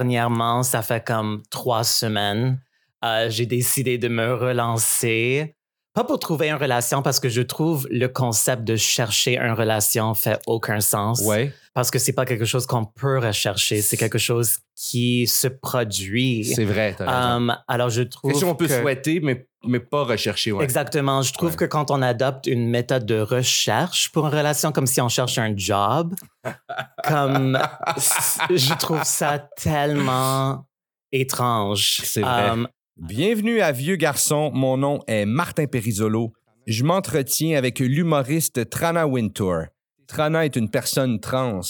dernièrement, ça fait comme trois semaines, euh, j'ai décidé de me relancer. Pas pour trouver une relation, parce que je trouve le concept de chercher une relation fait aucun sens. Ouais. Parce que c'est pas quelque chose qu'on peut rechercher, c'est quelque chose qui se produit. C'est vrai. t'as raison. Euh, alors je trouve. Quelque chose qu'on peut que- souhaiter, mais, mais pas rechercher. Ouais. Exactement. Je trouve Ouais. que quand on adopte une méthode de recherche pour une relation, comme si on cherche un job, comme je trouve ça tellement étrange. C'est vrai. Um, Bienvenue à Vieux Garçon, mon nom est Martin Perisolo. Je m'entretiens avec l'humoriste Trana Wintour. Trana est une personne trans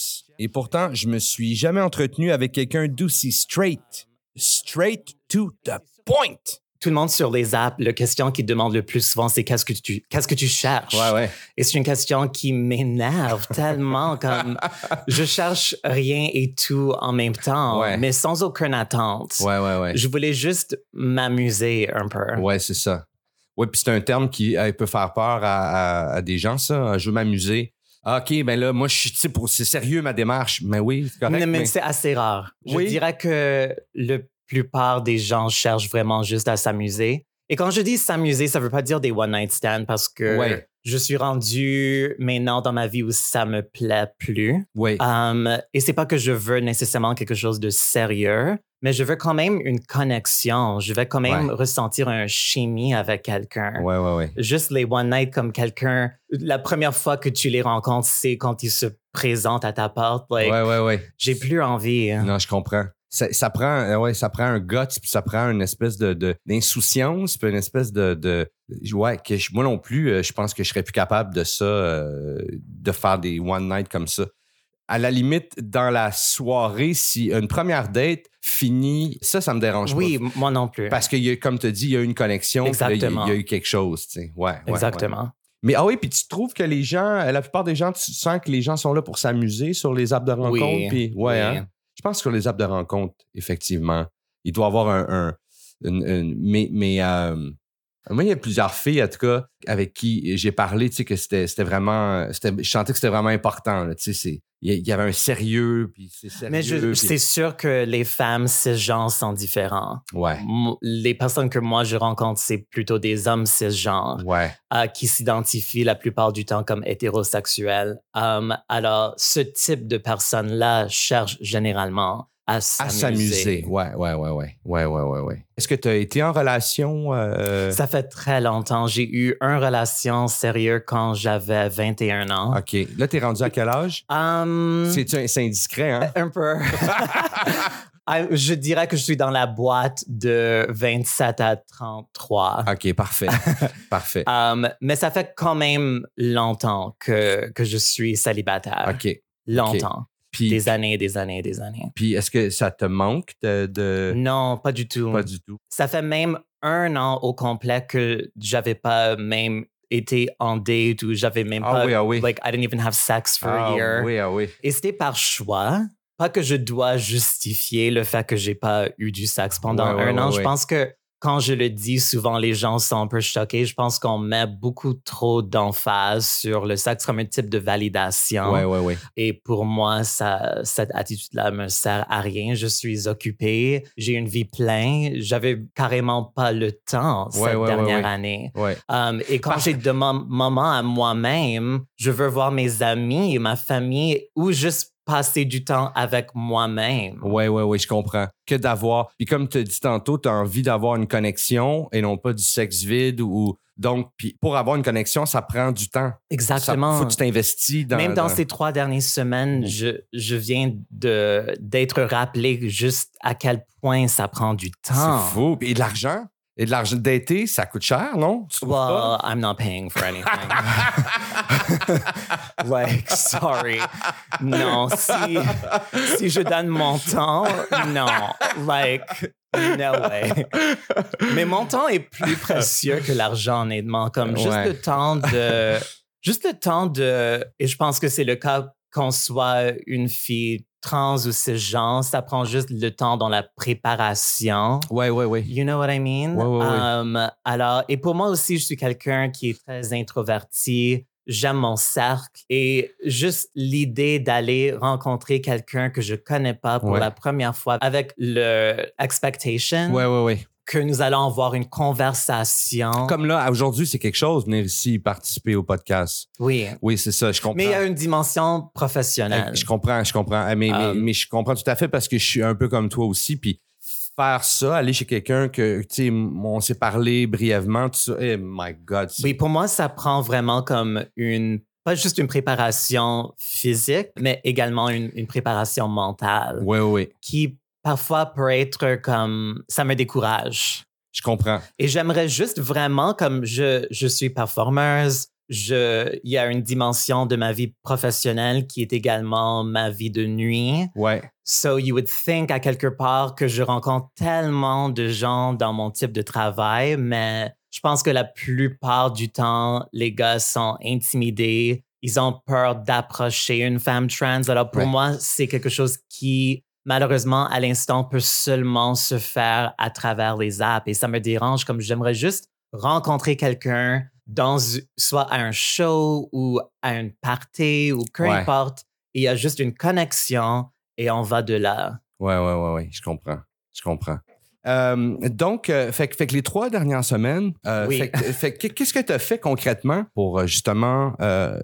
et pourtant je me suis jamais entretenu avec quelqu'un d'aussi straight. Straight to the point. tout le monde sur les apps, la question qui demande le plus souvent, c'est qu'est-ce que tu, qu'est-ce que tu cherches? Ouais, ouais. Et c'est une question qui m'énerve tellement, comme je cherche rien et tout en même temps, Ouais. mais sans aucune attente. Ouais, ouais, ouais. Je voulais juste m'amuser un peu. Ouais, c'est ça. Ouais, puis c'est un terme qui euh, peut faire peur à, à- à des gens, ça. Euh, Je veux m'amuser. Ah, OK, ben là, moi, je suis, tu sais, pour- c'est sérieux ma démarche. Mais oui, c'est correct. Non, mais mais- c'est assez rare. Je Oui. dirais que la plupart des gens cherchent vraiment juste à s'amuser. Et quand je dis s'amuser, ça ne veut pas dire des one-night stands parce que Ouais. je suis rendu maintenant dans ma vie où ça me plaît plus. Ouais. Um, et c'est pas que je veux nécessairement quelque chose de sérieux, mais je veux quand même une connexion. Je veux quand même Ouais. ressentir un chimie avec quelqu'un ouais, ouais, ouais. juste les one night comme quelqu'un la première fois que tu les rencontres c'est quand ils se présentent à ta porte like, ouais, ouais, ouais. j'ai plus envie hein. Non, je comprends. Ça, ça prend, euh, ouais, ça prend un guts, puis ça prend une espèce de, de- d'insouciance, puis une espèce de, de- ouais, que je- moi non plus, euh, je pense que je serais plus capable de ça, euh, de faire des one night comme ça. À la limite, dans la soirée, si une première date finit, ça, ça me dérange oui pas. m- moi non plus Parce que, il y a- comme tu dis, il y a eu une connexion, puis là, il y a- Exactement. il y a eu quelque chose, tu sais. Ouais, ouais, ouais. exactement Mais ah oui, puis tu trouves que les gens, euh, la plupart des gens, tu sens que les gens sont là pour s'amuser sur les apps de rencontre, Oui, puis ouais, Oui. hein? Je pense que sur les apps de rencontre, effectivement, il doit y avoir un. un- une- une- mais mais euh, moi, il y a plusieurs filles, en tout cas, avec qui j'ai parlé, tu sais, que c'était c'était vraiment. c'était- Je sentais que c'était vraiment important, là, tu sais. c'est- Il y, il y avait un sérieux, puis c'est sérieux. mais je- puis- c'est sûr que les femmes cisgenres sont différents Ouais. M- les personnes que moi je rencontre c'est plutôt des hommes cisgenres Ouais. euh, qui s'identifient la plupart du temps comme hétérosexuels Um, alors ce type de personnes là cherche généralement à À s'amuser. Ouais, ouais, ouais, ouais. Ouais, ouais, ouais, ouais. Est-ce que tu as été en relation. euh, Ça fait très longtemps. J'ai eu une relation sérieuse quand j'avais 21 ans. OK. Là, t'es rendu à quel âge? Hum, C'est c'est indiscret, hein? un peu. Ah, je dirais que je suis dans la boîte de 27 à 33. OK, parfait. parfait. Hum, mais ça fait quand même longtemps que, que je suis célibataire. OK. Longtemps. Puis, Ah. Des années, des années, des années. puis est-ce que ça te manque de. de- Non, pas du tout. Euh, Pas du tout. Ça fait même un an au complet que j'avais pas même été en date ou j'avais même Ah pas oui, ah oui. Like, I didn't even have sex for ah a year. oui, ah oui. Et c'était par choix. Pas que je dois justifier le fait que j'ai pas eu du sexe pendant Ah Ouais, ouais, un an. ouais, je ouais. pense que quand je le dis, souvent les gens sont un peu choqués. Je pense qu'on met beaucoup trop d'emphase sur le sexe comme un type de validation. Ouais, ouais, ouais. Et pour moi, ça, cette attitude-là me sert à rien. Je suis occupé, j'ai une vie pleine. J'avais carrément pas le temps cette Ouais, ouais, ouais, dernière ouais. année. ouais. Um, et quand Par- j'ai de mom- moments à moi-même, je veux voir mes amis et ma famille ou juste passer du temps avec moi-même. Ouais, ouais, ouais, je comprends. Que d'avoir. Puis comme tu as dit tantôt, tu as envie d'avoir une connexion et non pas du sexe vide ou. Donc, puis pour avoir une connexion, ça prend du temps. Ça, Exactement. faut que tu t'investis dans. Même dans dans- ces trois dernières semaines, Mhm. je, je viens de- d'être rappelé juste à quel point ça prend du temps. C'est fou. Et de l'argent. Et de l'argent d'été, ça coûte cher, non? Tu trouves pas? Well, I'm not paying for anything. like, sorry. Non, si, si je donne mon temps, non. Like, no way. Mais mon temps est plus précieux que l'argent, honnêtement. Comme juste Ouais. le temps de. Juste le temps de. Et je pense que c'est le cas qu'on soit une fille trans ou cisgenre, ça prend juste le temps dans la préparation. Ouais, ouais, ouais. You know what I mean? Ouais, ouais, ouais. Um, alors, et pour moi aussi, je suis quelqu'un qui est très introverti. j'aime mon cercle et juste l'idée d'aller rencontrer quelqu'un que je connais pas pour Ouais. la première fois avec le expectation Ouais, ouais, ouais. que nous allons avoir une conversation. Comme là, aujourd'hui, c'est quelque chose, venir ici participer au podcast. Oui. Oui, c'est ça, je comprends. Mais euh, il y a une dimension professionnelle. Je comprends, je comprends. Ah, Mais, mais- Euh, mais je comprends tout à fait parce que je suis un peu comme toi aussi. Puis faire ça, aller chez quelqu'un que, tu sais, m- on s'est parlé brièvement, tout ça. eh my God. c'est- Oui, pour moi, ça prend vraiment comme une, pas juste une préparation physique, mais également une, une préparation mentale Ouais, ouais, ouais. qui parfois peut être euh, comme, ça me décourage. Je comprends. Et j'aimerais juste vraiment, comme je, je suis performeuse, je, il y a une dimension de ma vie professionnelle qui est également ma vie de nuit. Ouais. So you would think à quelque part que je rencontre tellement de gens dans mon type de travail, mais je pense que la plupart du temps, les gars sont intimidés. Ils ont peur d'approcher une femme trans. Alors pour Ouais. moi, c'est quelque chose qui, malheureusement, à l'instant, peut seulement se faire à travers les apps. Et ça me dérange comme j'aimerais juste rencontrer quelqu'un dans, soit à un show ou à une party ou peu Ouais. importe. Il y a juste une connexion et on va de là. Ouais, ouais, ouais, ouais, je comprends. Je comprends. Euh, donc, euh, fait, que- fait que les trois dernières semaines, euh, Oui. fait que- fait que qu'est-ce que tu as fait concrètement pour euh, justement euh,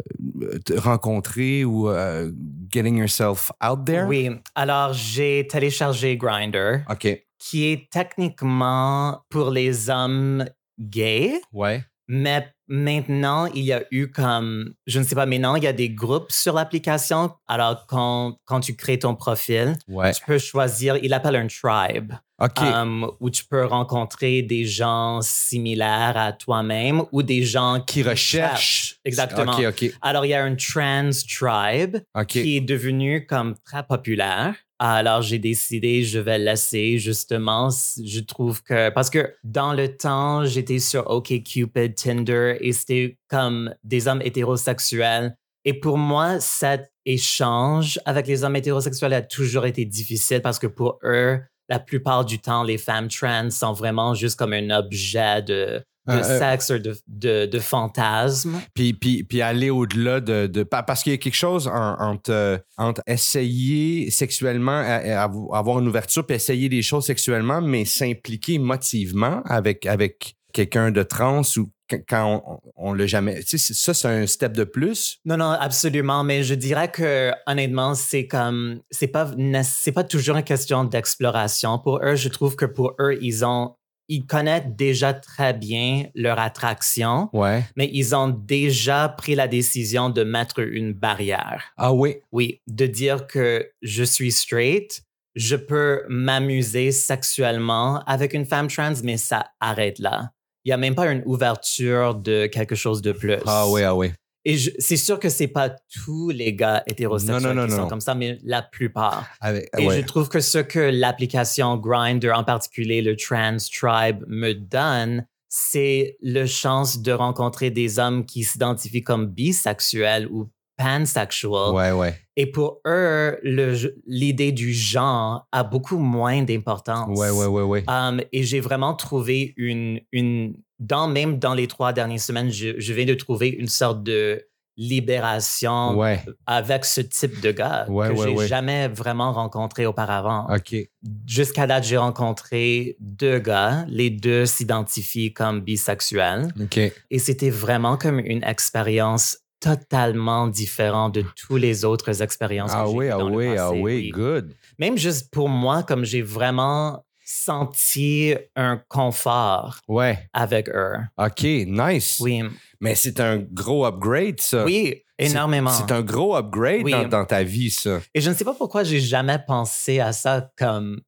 te rencontrer ou euh, getting yourself out there? Oui, alors j'ai téléchargé Grinder, OK. qui est techniquement pour les hommes gays, Ouais. mais maintenant il y a eu comme, je ne sais pas, maintenant il y a des groupes sur l'application. Alors quand, quand tu crées ton profil, Ouais. tu peux choisir, il appelle un tribe. OK. um, où tu peux rencontrer des gens similaires à toi-même ou des gens qui, qui recherche. cherchent. Exactement. OK, OK. Alors, il y a un trans tribe OK. qui est devenu comme très populaire. Alors, j'ai décidé, je vais laisser justement. s- Je trouve que. Parce que dans le temps, j'étais sur OkCupid, Tinder et c'était comme des hommes hétérosexuels. Et pour moi, cet échange avec les hommes hétérosexuels a toujours été difficile parce que pour eux, la plupart du temps, les femmes trans sont vraiment juste comme un objet de, de Euh, euh, sexe ou de, de, de fantasme. Puis, puis, puis aller au-delà de, de- pa- Parce qu'il y a quelque chose en- entre, euh, entre essayer sexuellement, à- à avou- avoir une ouverture, puis essayer des choses sexuellement, mais s'impliquer émotivement avec, avec quelqu'un de trans ou qu- quand on, on l'a jamais. Tu sais, c'est- ça, c'est un step de plus. Non, non, absolument. Mais je dirais que, honnêtement, c'est comme, c'est pas, na- c'est pas toujours une question d'exploration. Pour eux, je trouve que pour eux, ils ont, ils connaissent déjà très bien leur attraction, Ouais. mais ils ont déjà pris la décision de mettre une barrière. Ah oui. Oui, de dire que je suis straight, je peux m'amuser sexuellement avec une femme trans, mais ça arrête là. Il n'y a même pas une ouverture de quelque chose de plus. Ah oui, ah oui. Et je- c'est sûr que c'est pas tous les gars hétérosexuels Non, non, non, qui non, sont non. comme ça, mais la plupart. Avec- Et ouais. je trouve que ce que l'application Grindr, en particulier le Trans Tribe, me donne, c'est le chance de rencontrer des hommes qui s'identifient comme bisexuels ou pansexuels. Ouais, ouais. Et pour eux, le- l'idée du genre a beaucoup moins d'importance. Ouais, ouais, ouais, ouais. Um, et j'ai vraiment trouvé une, une dans même dans les trois dernières semaines, je, je viens de trouver une sorte de libération Ouais. avec ce type de gars Ouais, que ouais, j'ai ouais. jamais vraiment rencontré auparavant. OK. Jusqu'à date, j'ai rencontré deux gars, les deux s'identifient comme bisexuels OK. et c'était vraiment comme une expérience totalement différente de tous les autres expériences. que Ah j'ai oui, eues ah dans le oui, ah passé. oui. Good. Même juste pour moi, comme j'ai vraiment senti un confort Ouais. avec eux. OK. Nice. Oui, Mais c'est un gros upgrade, ça. oui, Euh, C'est- énormément. C'est un gros upgrade Oui. dans, dans ta vie, ça. Et je ne sais pas pourquoi j'ai jamais pensé à ça comme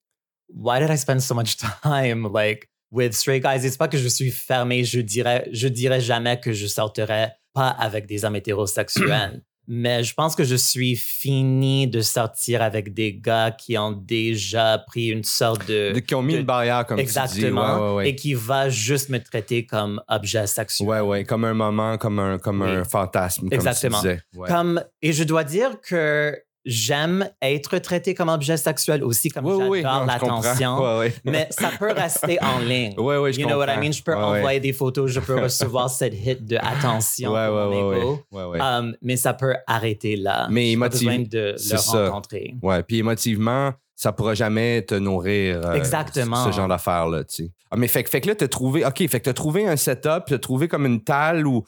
Why did I spend so much time like with straight guys? Et C'est pas que je suis fermé, je dirais, je dirais jamais que je sortirais pas avec des hommes hétérosexuels. Mais je pense que je suis fini de sortir avec des gars qui ont déjà pris une sorte De- qui ont mis Euh, de- une barrière, comme tu dis. Ouais, Exactement. ouais, ouais. Et qui va juste me traiter comme objet sexuel. Ouais, ouais, comme un moment, comme un, comme Oui. un fantasme, Exactement. comme tu disais. Ouais. Comme, et je dois dire que j'aime être traité comme objet sexuel aussi, comme Oui, oui, oui. j'adore Non, je comprends. l'attention. Ouais, ouais. Mais ça peut rester en ligne. Ouais, ouais, je you know what I comprends. mean? Je peux Ouais, ouais. envoyer des photos, je peux recevoir cette hit de attention. Ouais, pour ouais, mon ouais, ego. ouais. Ouais, ouais. Um, mais ça peut arrêter là. Mais J'ai pas émotive- besoin de c'est le ça. rencontrer. Ouais, puis émotivement, ça pourra jamais te nourrir. euh, Exactement. Ce genre d'affaires-là, tu sais. Ah, mais fait, que- fait que là, t'as trouvé, OK, fait que t'as trouvé un setup, t'as trouvé comme une talle ou.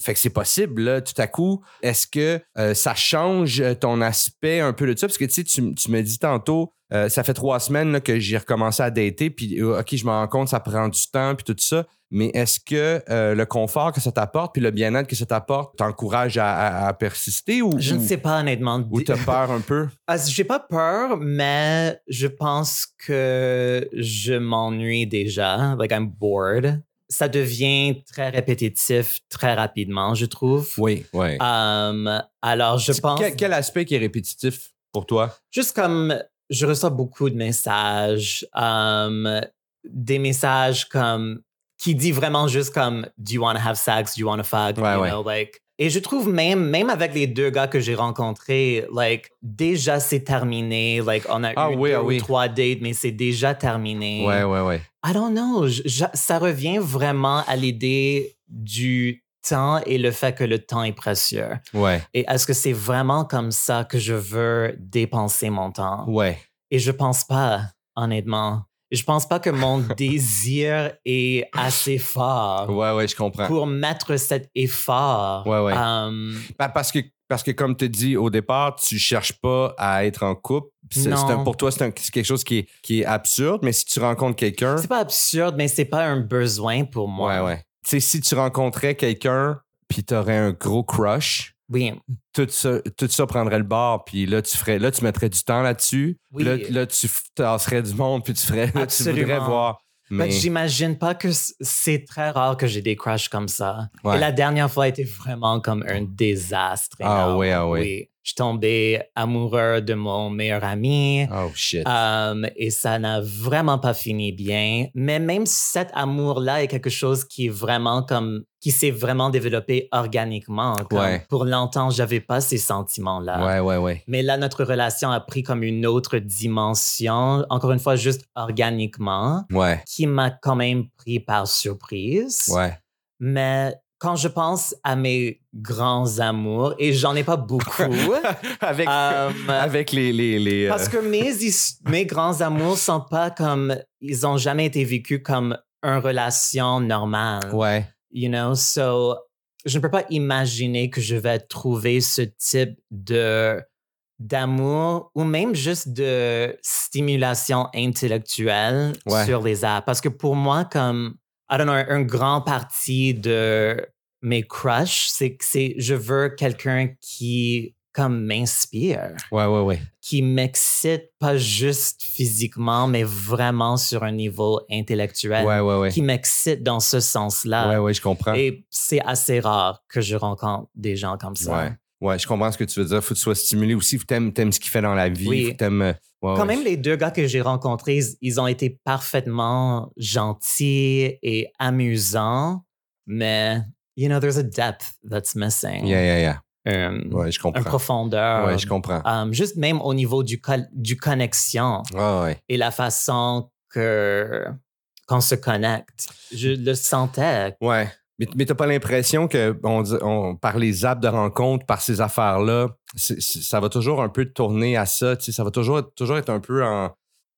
Fait que c'est possible, là, tout à coup. Est-ce que euh, ça change euh, ton aspect un peu de ça? Parce que, tu sais, tu, m- tu me dis tantôt, euh, ça fait trois semaines là, que j'ai recommencé à dater, puis euh, OK, je me rends compte, ça prend du temps, puis tout ça. Mais est-ce que euh, le confort que ça t'apporte, puis le bien-être que ça t'apporte, t'encourage à, à- à persister ou. Je ne ou- sais pas honnêtement. Ou t'as peur un peu? Ah, J'ai pas peur, mais je pense que je m'ennuie déjà. Like I'm bored. Ça devient très répétitif très rapidement, je trouve. Oui, oui. Um, alors, je pense Quel, quel aspect qui est répétitif pour toi? juste comme je reçois beaucoup de messages, um, des messages comme qui dit vraiment juste comme Do you want to have sex? Do you want to fuck? Ouais, you ouais. know, like. Et je trouve même, même avec les deux gars que j'ai rencontrés, like, déjà c'est terminé. Like, on a Ah eu oui, deux ah ou oui. trois dates, mais c'est déjà terminé. ouais, ouais. I don't know. je- je- ça revient vraiment à l'idée du temps et le fait que le temps est précieux. Ouais, Et est-ce que c'est vraiment comme ça que je veux dépenser mon temps? ouais. Et je pense pas, honnêtement. Je pense pas que mon désir est assez fort Ouais, ouais, je comprends. pour mettre cet effort. Ouais, ouais. Um, Pa- Parce que, parce que comme tu dis au départ, tu cherches pas à être en couple. Puis c'est- Non. c'est un- pour toi, c'est un- c'est quelque chose qui est, qui est absurde, mais si tu rencontres quelqu'un. c'est pas absurde, mais c'est pas un besoin pour moi. Ouais, ouais. Tu sais, si tu rencontrais quelqu'un, puis tu aurais un gros crush, Oui. tout ça, tout ça prendrait le bord, puis là, tu ferais, là, tu mettrais du temps là-dessus. Oui. Là, là, tu f- tasserais du monde, puis tu ferais, là, tu voudrais Absolument. voir. Fait Mais, que J'imagine pas que c- c'est très rare que j'ai des crushs comme ça. Ouais. Et la dernière fois était vraiment comme un désastre. Ah énorme. oui, ah oui. Je suis tombé amoureux de mon meilleur ami. oh shit. Um, et ça n'a vraiment pas fini bien. Mais même cet amour-là est quelque chose qui est vraiment comme qui s'est vraiment développé organiquement. Comme Ouais. Pour longtemps, j'avais pas ces sentiments-là. Ouais, ouais, ouais. Mais là, notre relation a pris comme une autre dimension. Encore une fois, juste organiquement, Ouais, qui m'a quand même pris par surprise. ouais. Mais quand je pense à mes grands amours, et j'en ai pas beaucoup. avec um, avec les les, les, euh, Parce que mes, his- mes grands amours sont pas comme. Ils ont jamais été vécus comme une relation normale. ouais You know? So, je ne peux pas imaginer que je vais trouver ce type de d'amour ou même juste de stimulation intellectuelle Ouais. sur les apps. Parce que pour moi, comme, I don't know, un, un grand parti de mes crushs, c'est que c'est, je veux quelqu'un qui, comme, m'inspire ouais ouais ouais qui m'excite pas juste physiquement, mais vraiment sur un niveau intellectuel, ouais ouais ouais Ben, qui m'excite dans ce sens-là. ouais ouais je comprends Et c'est assez rare que je rencontre des gens comme ça. ouais ouais je comprends ce que tu veux dire faut que tu sois stimulé aussi faut que t'aimes t'aimes ce qu'il fait dans la vie Oui. faut que t'aimes euh, ouais, Quand ouais. même, les deux gars que j'ai rencontrés, ils- ils ont été parfaitement gentils et amusants, mais, you know, there's a depth that's missing. yeah yeah yeah Um, ouais je Un comprends profondeur. ouais je comprends Um, juste même au niveau du, col- du connexion. ouais ouais et la façon que qu'on se connecte. Je le sentais. ouais mais, mais t'as pas l'impression que on, dit- on- par les apps de rencontre par ces affaires là ça va toujours un peu tourner à ça tu sais, ça va toujours toujours être un peu en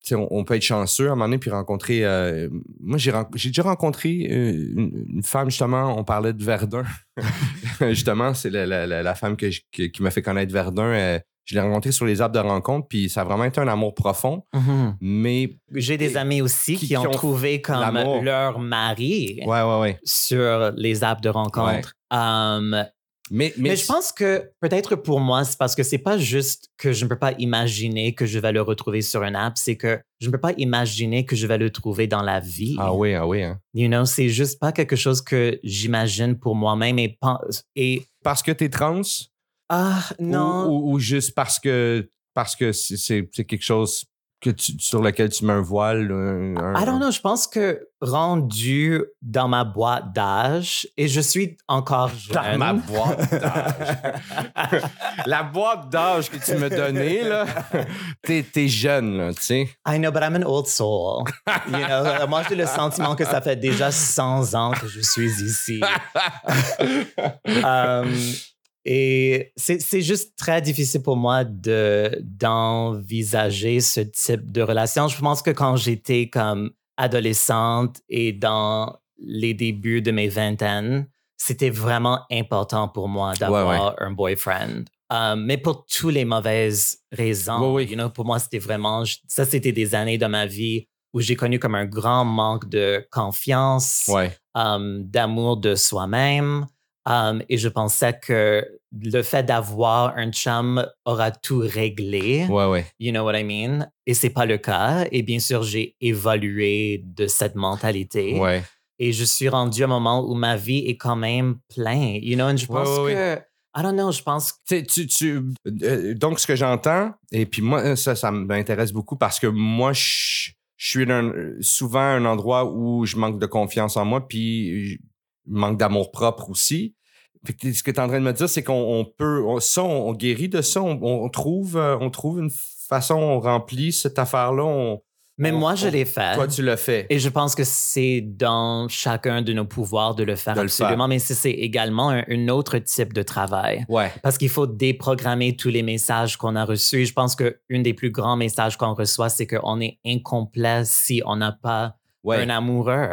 tu sais, on, on peut être chanceux à un moment donné puis rencontrer. euh, moi, j'ai ren- j'ai déjà rencontré euh, une, une femme, justement, on parlait de Verdun. justement, c'est la, la- la- la femme que je- que- qui m'a fait connaître Verdun. euh, je l'ai rencontrée sur les apps de rencontre, puis ça a vraiment été un amour profond. Mais, J'ai des Mm-hmm. Et- amis aussi qui- qui, qui ont ont trouvé comme l'amour. leur mari ouais, ouais, ouais. sur les apps de rencontre. Um, Mais, mais, mais, je pense que peut-être pour moi, c'est parce que c'est pas juste que je ne peux pas imaginer que je vais le retrouver sur une app, c'est que je ne peux pas imaginer que je vais le trouver dans la vie. Ah oui, ah oui. hein. You know, c'est juste pas quelque chose que j'imagine pour moi-même et, pen- et Parce que t'es trans? ah ou- non. Ou, ou juste parce que parce que c'est- c'est c'est quelque chose que tu- sur lequel tu mets un voile? un- un- I don't know, je pense que rendu dans ma boîte d'âge, et je suis encore jeune. Dans ma boîte d'âge. La boîte d'âge que tu me donnais, là, t'es, t'es jeune, là, tu sais. I know, but I'm an old soul. You know, moi, j'ai le sentiment que ça fait déjà 100 ans que je suis ici. Um, et c'est c'est juste très difficile pour moi de- d'envisager ce type de relation. Je pense que quand j'étais comme adolescente et dans les débuts de mes vingtaines, c'était vraiment important pour moi d'avoir un boyfriend. Euh, mais pour toutes les mauvaises raisons. Oui, oui. You know, pour moi, c'était vraiment. je- Ça, c'était des années de ma vie où j'ai connu comme un grand manque de confiance, Ouais. euh, d'amour de soi-même. Euh, et je pensais que le fait d'avoir un chum aura tout réglé. Ouais, ouais. You know what I mean? Et c'est pas le cas. Et bien sûr, j'ai évolué de cette mentalité. Ouais. Et je suis rendue à un moment où ma vie est quand même pleine. You know, et je Ouais, pense ouais, que. I don't know, je pense que. Tu, sais, tu, tu- euh, donc, ce que j'entends, et puis moi, ça, ça m'intéresse beaucoup parce que moi, je, je suis d'un- souvent à un endroit où je manque de confiance en moi, puis je manque d'amour propre aussi. Fait que ce que tu es en train de me dire, c'est qu'on on peut, on- ça, on, on guérit de ça, on, on trouve, euh, on trouve une façon, on remplit cette affaire-là. on- Mais Ben, On- moi, je on- l'ai fait. Toi, tu le fais. Euh, Et je pense que c'est dans chacun de nos pouvoirs de le faire De le faire. absolument, mais c'est c'est également un, un autre type de travail. Ouais. Parce qu'il faut déprogrammer tous les messages qu'on a reçus. Je pense que qu'un des plus grands messages qu'on reçoit, c'est qu'on est incomplet si on n'a pas Ouais. un amoureux.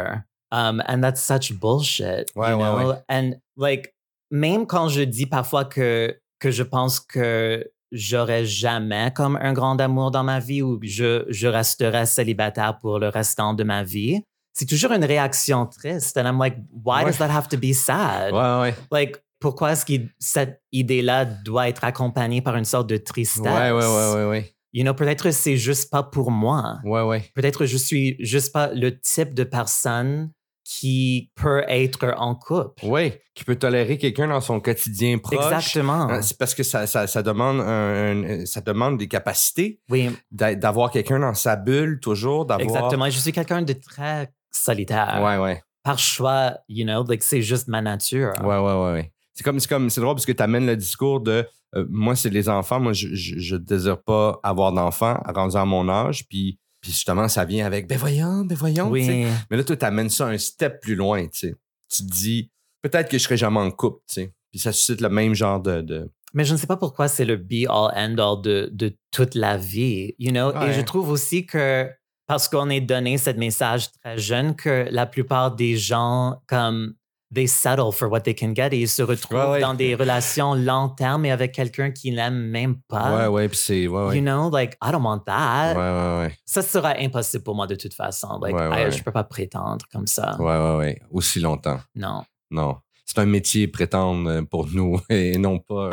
Um, and that's such bullshit. Ouais, you ouais, know? And like, même quand je dis parfois que, que je pense que j'aurai jamais comme un grand amour dans ma vie ou que je, je resterai célibataire pour le restant de ma vie, c'est toujours une réaction triste. And I'm like, why Ouais. does that have to be sad? Ouais, ouais. Like, pourquoi est-ce que cette idée-là doit être accompagnée par une sorte de tristesse? Ouais, ouais, ouais, ouais, ouais. You know, peut-être c'est juste pas pour moi Ouais, ouais. peut-être je suis juste pas le type de personne qui peut être en couple. Ouais. Qui peut tolérer quelqu'un dans son quotidien proche. Exactement. Hein, C'est parce que ça, ça, ça demande un- un- ça demande des capacités Oui, d'a- d'avoir quelqu'un dans sa bulle toujours, d'avoir. exactement. Je suis quelqu'un de très solitaire. Ouais, ouais, Par choix, you know, like c'est juste ma nature. ouais, ouais, ouais. ouais. C'est comme, c'est comme, c'est drôle parce que tu amènes le discours de euh, moi, c'est les enfants, moi, je, je, je désire pas avoir d'enfants rendu à mon âge, puis, puis justement, ça vient avec ben voyons, ben voyons. tu sais. Oui, Mais là, toi, tu amènes ça un step plus loin, tu sais. Tu te dis peut-être que je serai jamais en couple, tu sais. Puis ça suscite le même genre de. de- mais je ne sais pas pourquoi c'est le be all end all de, de toute la vie, you know. Ouais. Et je trouve aussi que parce qu'on est donné ce message très jeune que la plupart des gens comme they settle for what they can get et ils se retrouvent Ouais, ouais. dans des relations long terme et avec quelqu'un qu'ils n'aiment même pas. Ouais, ouais, puis c'est. Ouais, ouais. You know, like, I don't want that. Ouais, ouais, ouais. Ça sera impossible pour moi de toute façon. Like, Ouais, I- ouais. je peux pas prétendre comme ça. Ouais, ouais, ouais. Aussi longtemps. Non. Non. C'est un métier prétendre euh, pour nous et non pas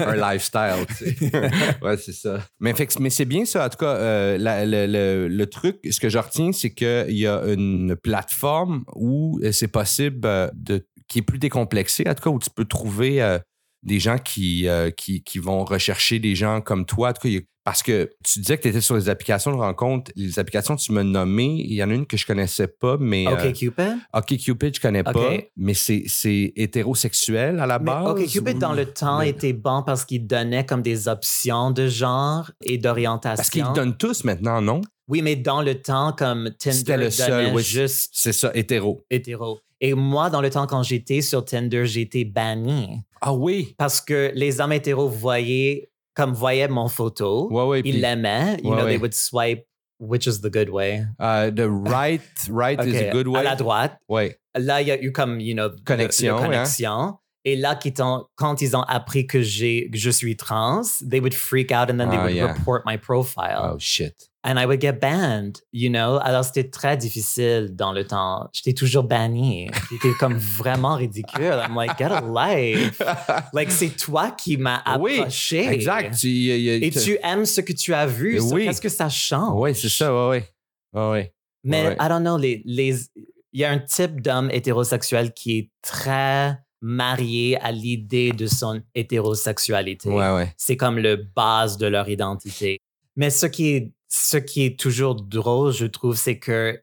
un, un lifestyle. tu sais. ouais, c'est ça. Mais, fait que- mais c'est bien ça. En tout cas, euh, la- le, le- le truc, ce que je retiens, c'est qu'il y a une plateforme où euh, c'est possible euh, de, qui est plus décomplexée, en tout cas, où tu peux trouver euh, des gens qui, euh, qui, qui vont rechercher des gens comme toi. En tout cas, il y a- parce que tu disais que tu étais sur les applications de rencontre. Les applications, que tu me nommais. Il y en a une que je connaissais pas, mais. Ah, OK, euh, Cupid? OK Cupid, je connais Ok. pas, mais c'est, c'est hétérosexuel à la Mais base. OK Cupid, dans le temps, Mais- était bon parce qu'il donnait comme des options de genre et d'orientation. Parce qu'ils donnent tous maintenant, non? Oui, mais dans le temps, comme Tinder C'était le seul, donnait oui. juste C'est ça, hétéro. hétéro. Et moi, dans le temps, quand j'étais sur Tinder, j'étais banni Ah oui! parce que les hommes hétéros voyaient, comme voyaient mon photo. Ouais, ouais. ils puis, l'aimaient. You Ouais, know, ouais. they would swipe, which is the good way. euh, the right, right is a Ok, good way. À la droite. Ouais. là, il y a eu comme, you know, le- Connexion, le hein. connexion. Et là, qu'ils ont- quand ils ont appris que, j'ai, que je suis trans, they would freak out and then they Ah, would yeah. report my profile. Oh shit. And I would get banned, you know. Alors, c'était très difficile dans le temps. J'étais toujours banni. J'étais comme vraiment ridicule. I'm like, get a life. Like, c'est toi qui m'as Oui, approché. exact. Tu- y a- y a- Et tu aimes ce que tu as vu. Eh ça, oui. Qu'est-ce que ça change? Ouais, c'est ça, ouais, ouais. Ouais, ouais. Mais Ouais. I don't know, les, les- il y a un type d'homme hétérosexuel qui est très marié à l'idée de son hétérosexualité. Ouais, ouais. C'est comme le base de leur identité. Mais ce qui est ce qui est toujours drôle, je trouve, c'est que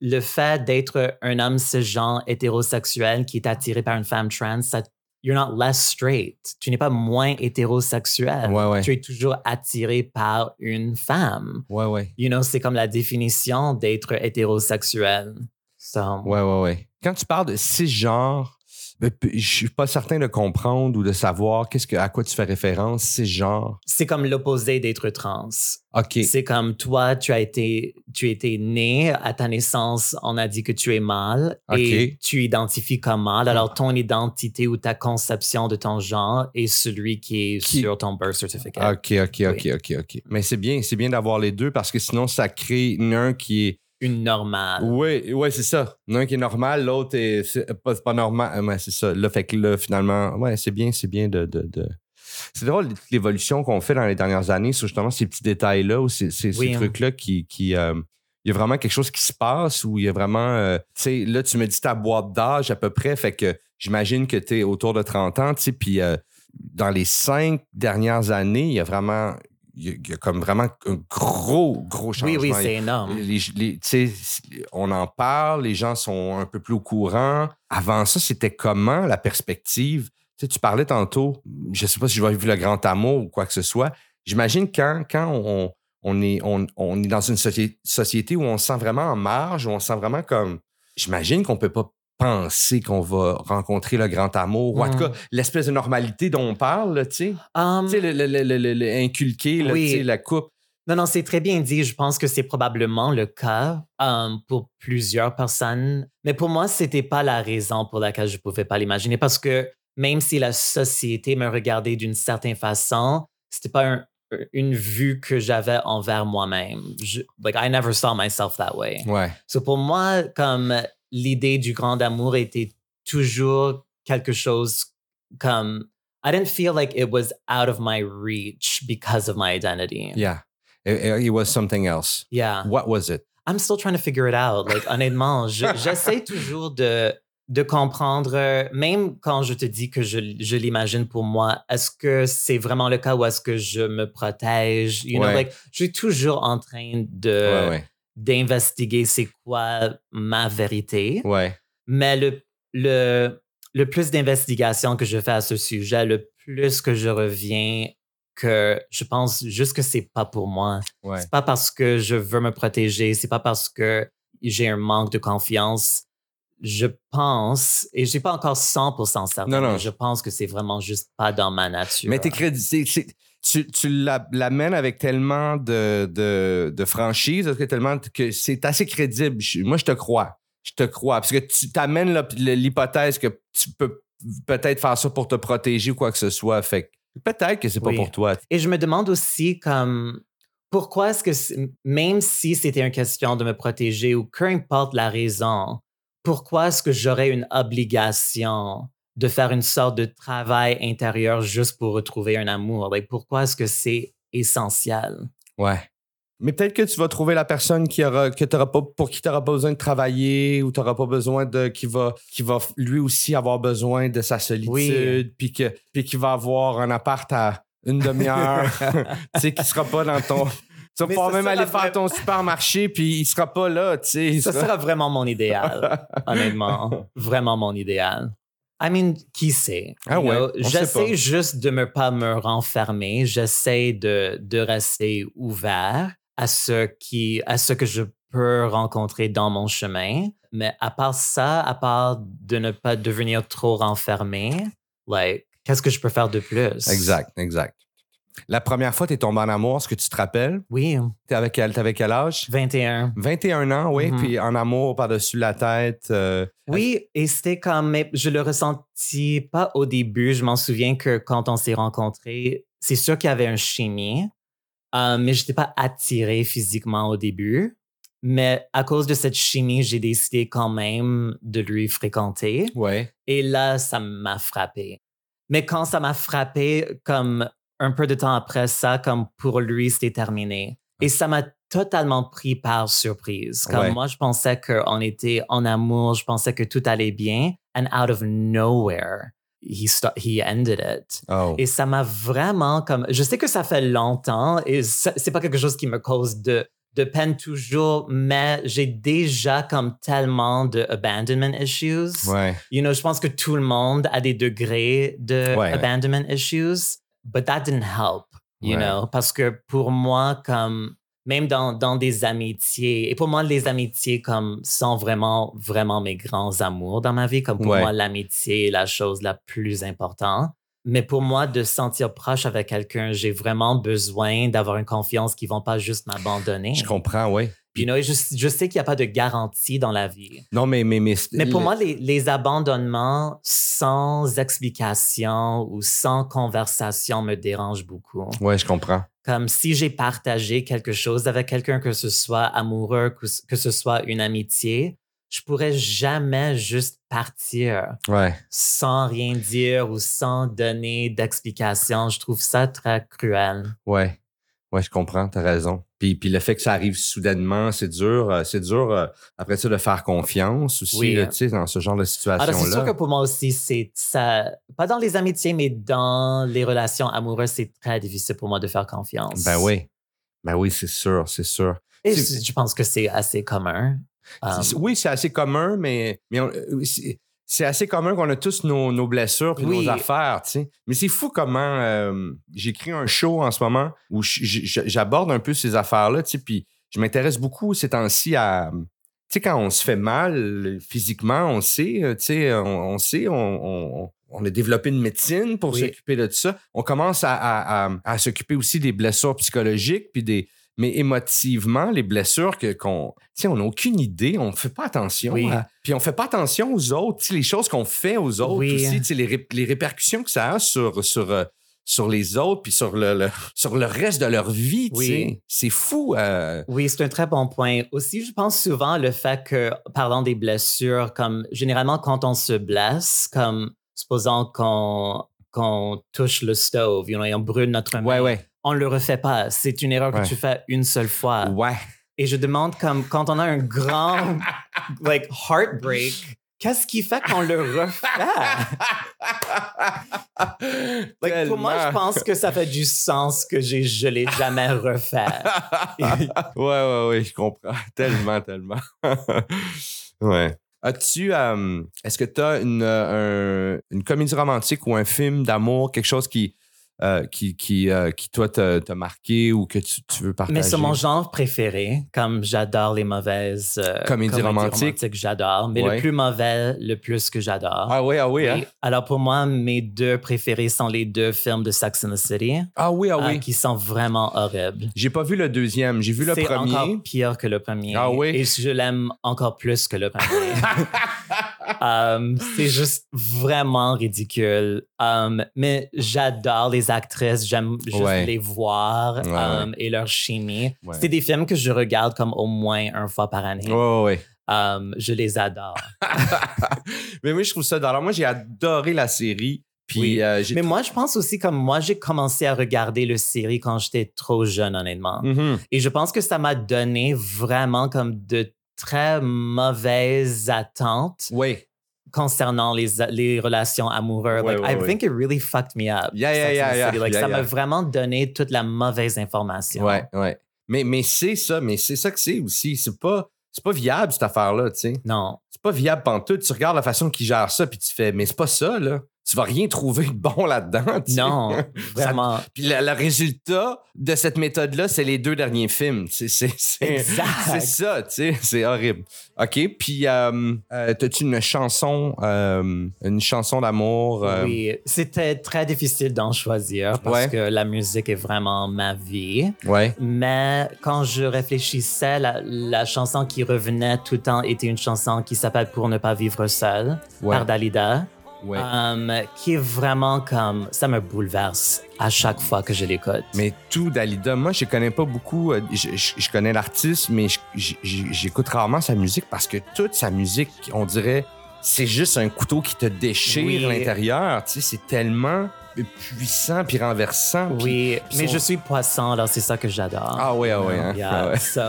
le fait d'être un homme cisgenre hétérosexuel qui est attiré par une femme trans, ça, you're not less straight. Tu n'es pas moins hétérosexuel. Ouais, ouais. Tu es toujours attiré par une femme. Ouais, ouais. You know, c'est comme la définition d'être hétérosexuel. So, Ouais, ouais, ouais. Quand tu parles de cisgenre, ben, p- je suis pas certain de comprendre ou de savoir qu'est-ce que, à quoi tu fais référence, cisgenre. C'est comme l'opposé d'être trans. OK. C'est comme toi, tu as été, tu étais né à ta naissance, on a dit que tu es mâle Ok. Ah. et tu identifies comme mâle. Alors ton identité ou ta conception de ton genre est celui qui est Qui- sur ton birth certificate. OK, OK, OK, OK, OK. Mais c'est bien, c'est bien d'avoir les deux parce que sinon, ça crée un qui est. Une normale. Oui, ouais, c'est ça. L'un qui est normal, l'autre est. C'est pas, c'est pas normal. Euh, ouais, c'est ça. Là, fait que là, finalement, ouais, c'est bien, c'est bien de. de- de- C'est drôle l'évolution qu'on fait dans les dernières années sur justement ces petits détails-là ou ces, ces- ces Oui, hein. trucs-là qui. qui euh, il y a vraiment quelque chose qui se passe où il y a vraiment. euh, tu sais, là, tu me dis ta boîte d'âge à peu près, fait que j'imagine que tu es autour de 30 ans, tu sais, puis euh, dans les cinq dernières années, il y a vraiment. Il y a, il y a comme vraiment un gros, gros changement. Oui, oui, Il- c'est énorme. les- les- tu sais, on en parle, les gens sont un peu plus au courant. Avant ça, c'était comment la perspective? Tu, sais, tu parlais tantôt, je ne sais pas si je vais vivre le grand amour ou quoi que ce soit. J'imagine quand, quand on, on est, on, on est dans une socié- société où on se sent vraiment en marge, où on se sent vraiment comme. J'imagine qu'on ne peut pas penser qu'on va rencontrer le grand amour, ou en tout Mm. cas, l'espèce de normalité dont on parle, là, tu sais. Um, Tu sais, le, le- le- le- le- le- inculquer, là, Oui. tu sais, la coupe. Non, non, c'est très bien dit. Je pense que c'est probablement le cas euh, pour plusieurs personnes. Mais pour moi, ce n'était pas la raison pour laquelle je ne pouvais pas l'imaginer parce que même si la société me regardait d'une certaine façon, ce n'était pas un- une vue que j'avais envers moi-même. Je- Like, I never saw myself that way. Ouais. So pour moi, comme l'idée du grand amour était toujours quelque chose comme. I didn't feel like it was out of my reach because of my identity. Yeah. It, it was something else. Yeah. What was it? I'm still trying to figure it out. Like, honnêtement, je- j'essaie toujours de, de comprendre, euh, même quand je te dis que je, je l'imagine pour moi, est-ce que c'est vraiment le cas ou est-ce que je me protège? You Ouais. know, like, je suis toujours en train ouais, de, ouais. d'investiguer c'est quoi ma vérité. Ouais. Mais le, le, le plus d'investigation que je fais à ce sujet, le plus que je reviens que je pense juste que c'est pas pour moi. Ouais. C'est pas parce que je veux me protéger, c'est pas parce que j'ai un manque de confiance. Je pense, et je suis pas encore 100% certain, Non, non. mais je pense que c'est vraiment juste pas dans ma nature. Mais t'es crédité. c'est- Tu, tu la- l'amènes avec tellement de, de, de franchise, parce que tellement que c'est assez crédible. Je- moi, je te crois. Je te crois. Parce que tu t'amènes l'op- l'hypothèse que tu peux peut-être faire ça pour te protéger ou quoi que ce soit. Fait que peut-être que c'est pas Oui. pour toi. Et je me demande aussi comme pourquoi est-ce que c'est- même si c'était une question de me protéger ou peu importe la raison, pourquoi est-ce que j'aurais une obligation de faire une sorte de travail intérieur juste pour retrouver un amour? Like, pourquoi est-ce que c'est essentiel? Ouais. Mais peut-être que tu vas trouver la personne qui aura, que t'auras pas, pour qui tu n'auras pas besoin de travailler ou tu n'auras pas besoin de. qui va, qui va lui aussi avoir besoin de sa euh. solitude, puis que- puis qui va avoir un appart à une demi-heure, tu sais, qui sera pas dans ton. Tu vas Mais pouvoir c'est même ça, aller la faire vraie- ton supermarché, puis il sera pas là, tu sais. il Ça sera- sera vraiment mon idéal, honnêtement. Vraiment mon idéal. I mean, qui sait? Ah You ouais, know, on sait pas. J'essaie juste de ne pas me renfermer. J'essaie de, de rester ouvert à ce, qui, à ce que je peux rencontrer dans mon chemin. Mais à part ça, à part de ne pas devenir trop renfermé, like, qu'est-ce que je peux faire de plus? Exact, exact. La première fois, tu es tombé en amour, est-ce que tu te rappelles? Oui, Tu avec quel, t'avais quel âge? 21. 21 ans, oui, Mhm. puis en amour par-dessus la tête. euh, Oui, et c'était quand même, je le ressentis pas au début. Je m'en souviens que quand on s'est rencontrés, c'est sûr qu'il y avait un chimie, euh, mais je n'étais pas attirée physiquement au début. Mais à cause de cette chimie, j'ai décidé quand même de lui fréquenter. ouais. Et là, ça m'a frappé. Mais quand ça m'a frappé, comme un peu de temps après ça, comme pour lui, c'était terminé. Et ça m'a totalement pris par surprise. Comme Ouais. moi, je pensais qu'on était en amour, je pensais que tout allait bien. And out of nowhere, he sto- he ended it. Oh. Et ça m'a vraiment comme. Je sais que ça fait longtemps et ça- c'est pas quelque chose qui me cause de, de peine toujours, mais j'ai déjà comme tellement de abandonment issues. Ouais. You know, je pense que tout le monde a des degrés de Ouais. abandonment issues, but that didn't help. Ouais. You know, parce que pour moi, comme même dans, dans des amitiés, et pour moi, les amitiés comme sont vraiment, vraiment mes grands amours dans ma vie. Comme pour Ouais. moi, l'amitié est la chose la plus importante. Mais pour moi, de se sentir proche avec quelqu'un, j'ai vraiment besoin d'avoir une confiance qu'ils ne vont pas juste m'abandonner. Je comprends, ouais. You know, et je, je sais qu'il n'y a pas de garantie dans la vie. Non, mais. Mais, mais, Mais pour moi, les, les abandonnements sans explication ou sans conversation me dérangent beaucoup. Ouais, je comprends. Comme si j'ai partagé quelque chose avec quelqu'un, que ce soit amoureux, que, ce- que ce soit une amitié, je pourrais jamais juste partir Ouais. sans rien dire ou sans donner d'explication. Je trouve ça très cruel. Ouais. Ouais, je comprends, t'as raison. Puis, puis le fait que ça arrive soudainement, c'est dur. euh, c'est dur, euh, après ça, de faire confiance aussi, Oui. là, tu sais, dans ce genre de Alors, c'est sûr que situation-là. pour moi aussi, c'est ça. Pas dans les amitiés, mais dans les relations amoureuses, c'est très difficile pour moi de faire confiance. Ben oui. Ben oui, c'est sûr, c'est sûr. Et C'est- je je pense que c'est assez commun. Um, C'est- oui, c'est assez commun, mais, mais on- euh, c'est- c'est assez commun qu'on a tous nos, nos blessures et Oui. nos affaires, tu sais. Mais c'est fou comment euh, j'écris un show en ce moment où j- j- j'aborde un peu ces affaires-là, tu sais, puis je m'intéresse beaucoup ces temps-ci à... Tu sais, quand on se fait mal euh, physiquement, on sait, euh, tu sais, on, on sait, on, on- on a développé une médecine pour Oui. s'occuper de ça. On commence à, à- à- à s'occuper aussi des blessures psychologiques, puis des, mais émotivement, les blessures que qu'on. Tu sais, on n'a aucune idée, on ne fait pas attention. Oui. à- puis on fait pas attention aux autres, tu sais, les choses qu'on fait aux autres Oui. hein. aussi, tu sais, les, ré- les répercussions que ça a sur. sur euh, sur les autres, puis sur le, le- sur le reste de leur vie. tu Oui. sais. C'est fou. euh, oui, c'est un très bon point. Aussi, je pense souvent le fait que, parlant des blessures, comme généralement quand on se blesse, comme supposons qu'on qu'on touche le stove, you know, et on brûle notre main, ouais, ouais. on le refait pas. C'est une erreur Ouais. que tu fais une seule fois. Ouais. Et je demande comme quand on a un grand like heartbreak, qu'est-ce qui fait qu'on le refait? Like, pour moi, je Tellement. pense que ça fait du sens que j'ai je l'ai jamais refait. ouais, ouais, ouais, je comprends. Tellement, tellement. ouais. As-tu. euh, Est-ce que tu as une, euh, un- une comédie romantique ou un film d'amour, quelque chose qui, euh, qui, qui, euh, qui toi, t'a t'a marqué ou que tu, tu veux partager? Mais c'est mon genre préféré, comme j'adore les mauvaises euh, Comédies romantiques. j'adore, mais Ouais. le plus mauvais, le plus que j'adore. Ah oui, ah oui, Et hein? Alors pour moi, mes deux préférés sont les deux films de Sex and the City, Ah oui, ah euh, oui. qui sont vraiment horribles. J'ai pas vu le deuxième, j'ai vu le C'est premier. encore pire que le premier. Ah oui? Et je l'aime encore plus que le premier. Um, c'est juste vraiment ridicule. Um, mais j'adore les actrices. J'aime juste Ouais. les voir Ouais, um, et leur chimie. Ouais. C'est des films que je regarde comme au moins une fois par année. Ouais, ouais, ouais. Um, je les adore. Mais moi, je trouve ça drôle. Moi, j'ai adoré la série. Puis, Oui. euh, j'ai. mais moi, je pense aussi comme moi, j'ai commencé à regarder le série quand j'étais trop jeune, honnêtement. Mhm. Et je pense que ça m'a donné vraiment comme de très mauvaises attentes Oui. concernant les, les relations amoureuses. Ouais, like, ouais, I ouais. think it really fucked me up. Yeah, yeah, Sex and the yeah, City. Like, yeah, ça yeah. m'a vraiment donné toute la mauvaise information. Ouais, ouais. Mais, mais c'est ça, mais c'est ça que c'est aussi. C'est pas, c'est pas viable, cette affaire-là, tu sais. Non. C'est pas viable pantoute. Tu regardes la façon qu'ils gèrent ça, puis tu fais, mais c'est pas ça, là. Tu vas rien trouver de bon là-dedans, tu sais. Non, vraiment. Puis le, le résultat de cette méthode-là, c'est les deux derniers films. tu sais, C'est, c'est, c'est exact. ça, tu sais. C'est horrible. OK, puis euh, euh, t'as-tu une chanson, euh, une chanson d'amour? euh, Oui, c'était très difficile d'en choisir parce Ouais. que la musique est vraiment ma vie. Ouais. Mais quand je réfléchissais, la, la chanson qui revenait tout le temps était une chanson qui s'appelle Pour ne pas vivre seul Ouais. par Dalida. Ouais. Um, qui est vraiment comme ça me bouleverse à chaque fois que je l'écoute. Mais tout Dalida, moi, je connais pas beaucoup. euh, Je, je- je connais l'artiste, mais je- je- je- j'écoute rarement sa musique parce que toute sa musique, on dirait, c'est juste un couteau qui te déchire Oui. l'intérieur. Tu sais, c'est tellement puissant puis renversant. puis- Oui, puis mais son- je suis poisson, alors c'est ça que j'adore. Ah oui, ah oui. hein. Ah Oh, Yeah, ouais. so,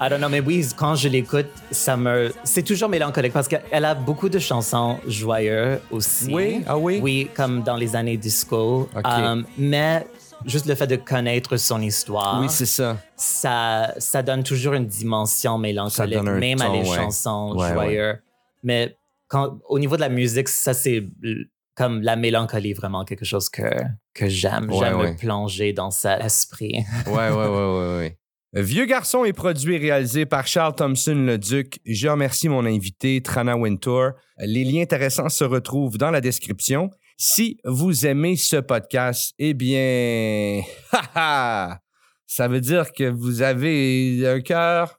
I don't know, mais oui, quand je l'écoute, ça me. C'est toujours mélancolique parce qu'elle a beaucoup de chansons joyeuses aussi. Oui, ah oui? Oui, comme dans les années disco. Ok. Um, mais juste le fait de connaître son histoire, Oui, c'est ça. ça, ça donne toujours une dimension mélancolique, Ça donne un même à ton, les ouais. chansons Ouais, joyeuses. Mais quand, au niveau de la musique, ça, c'est l- comme la mélancolie, vraiment quelque chose que, que j'aime. Ouais, j'aime ouais. me plonger dans cet esprit. Ouais, ouais, ouais, ouais, ouais. Vieux garçon est produit et réalisé par Charles Thompson le Duc. Je remercie mon invité, Trana Wintour. Les liens intéressants se retrouvent dans la description. Si vous aimez ce podcast, eh bien, ha, ha, ça veut dire que vous avez un cœur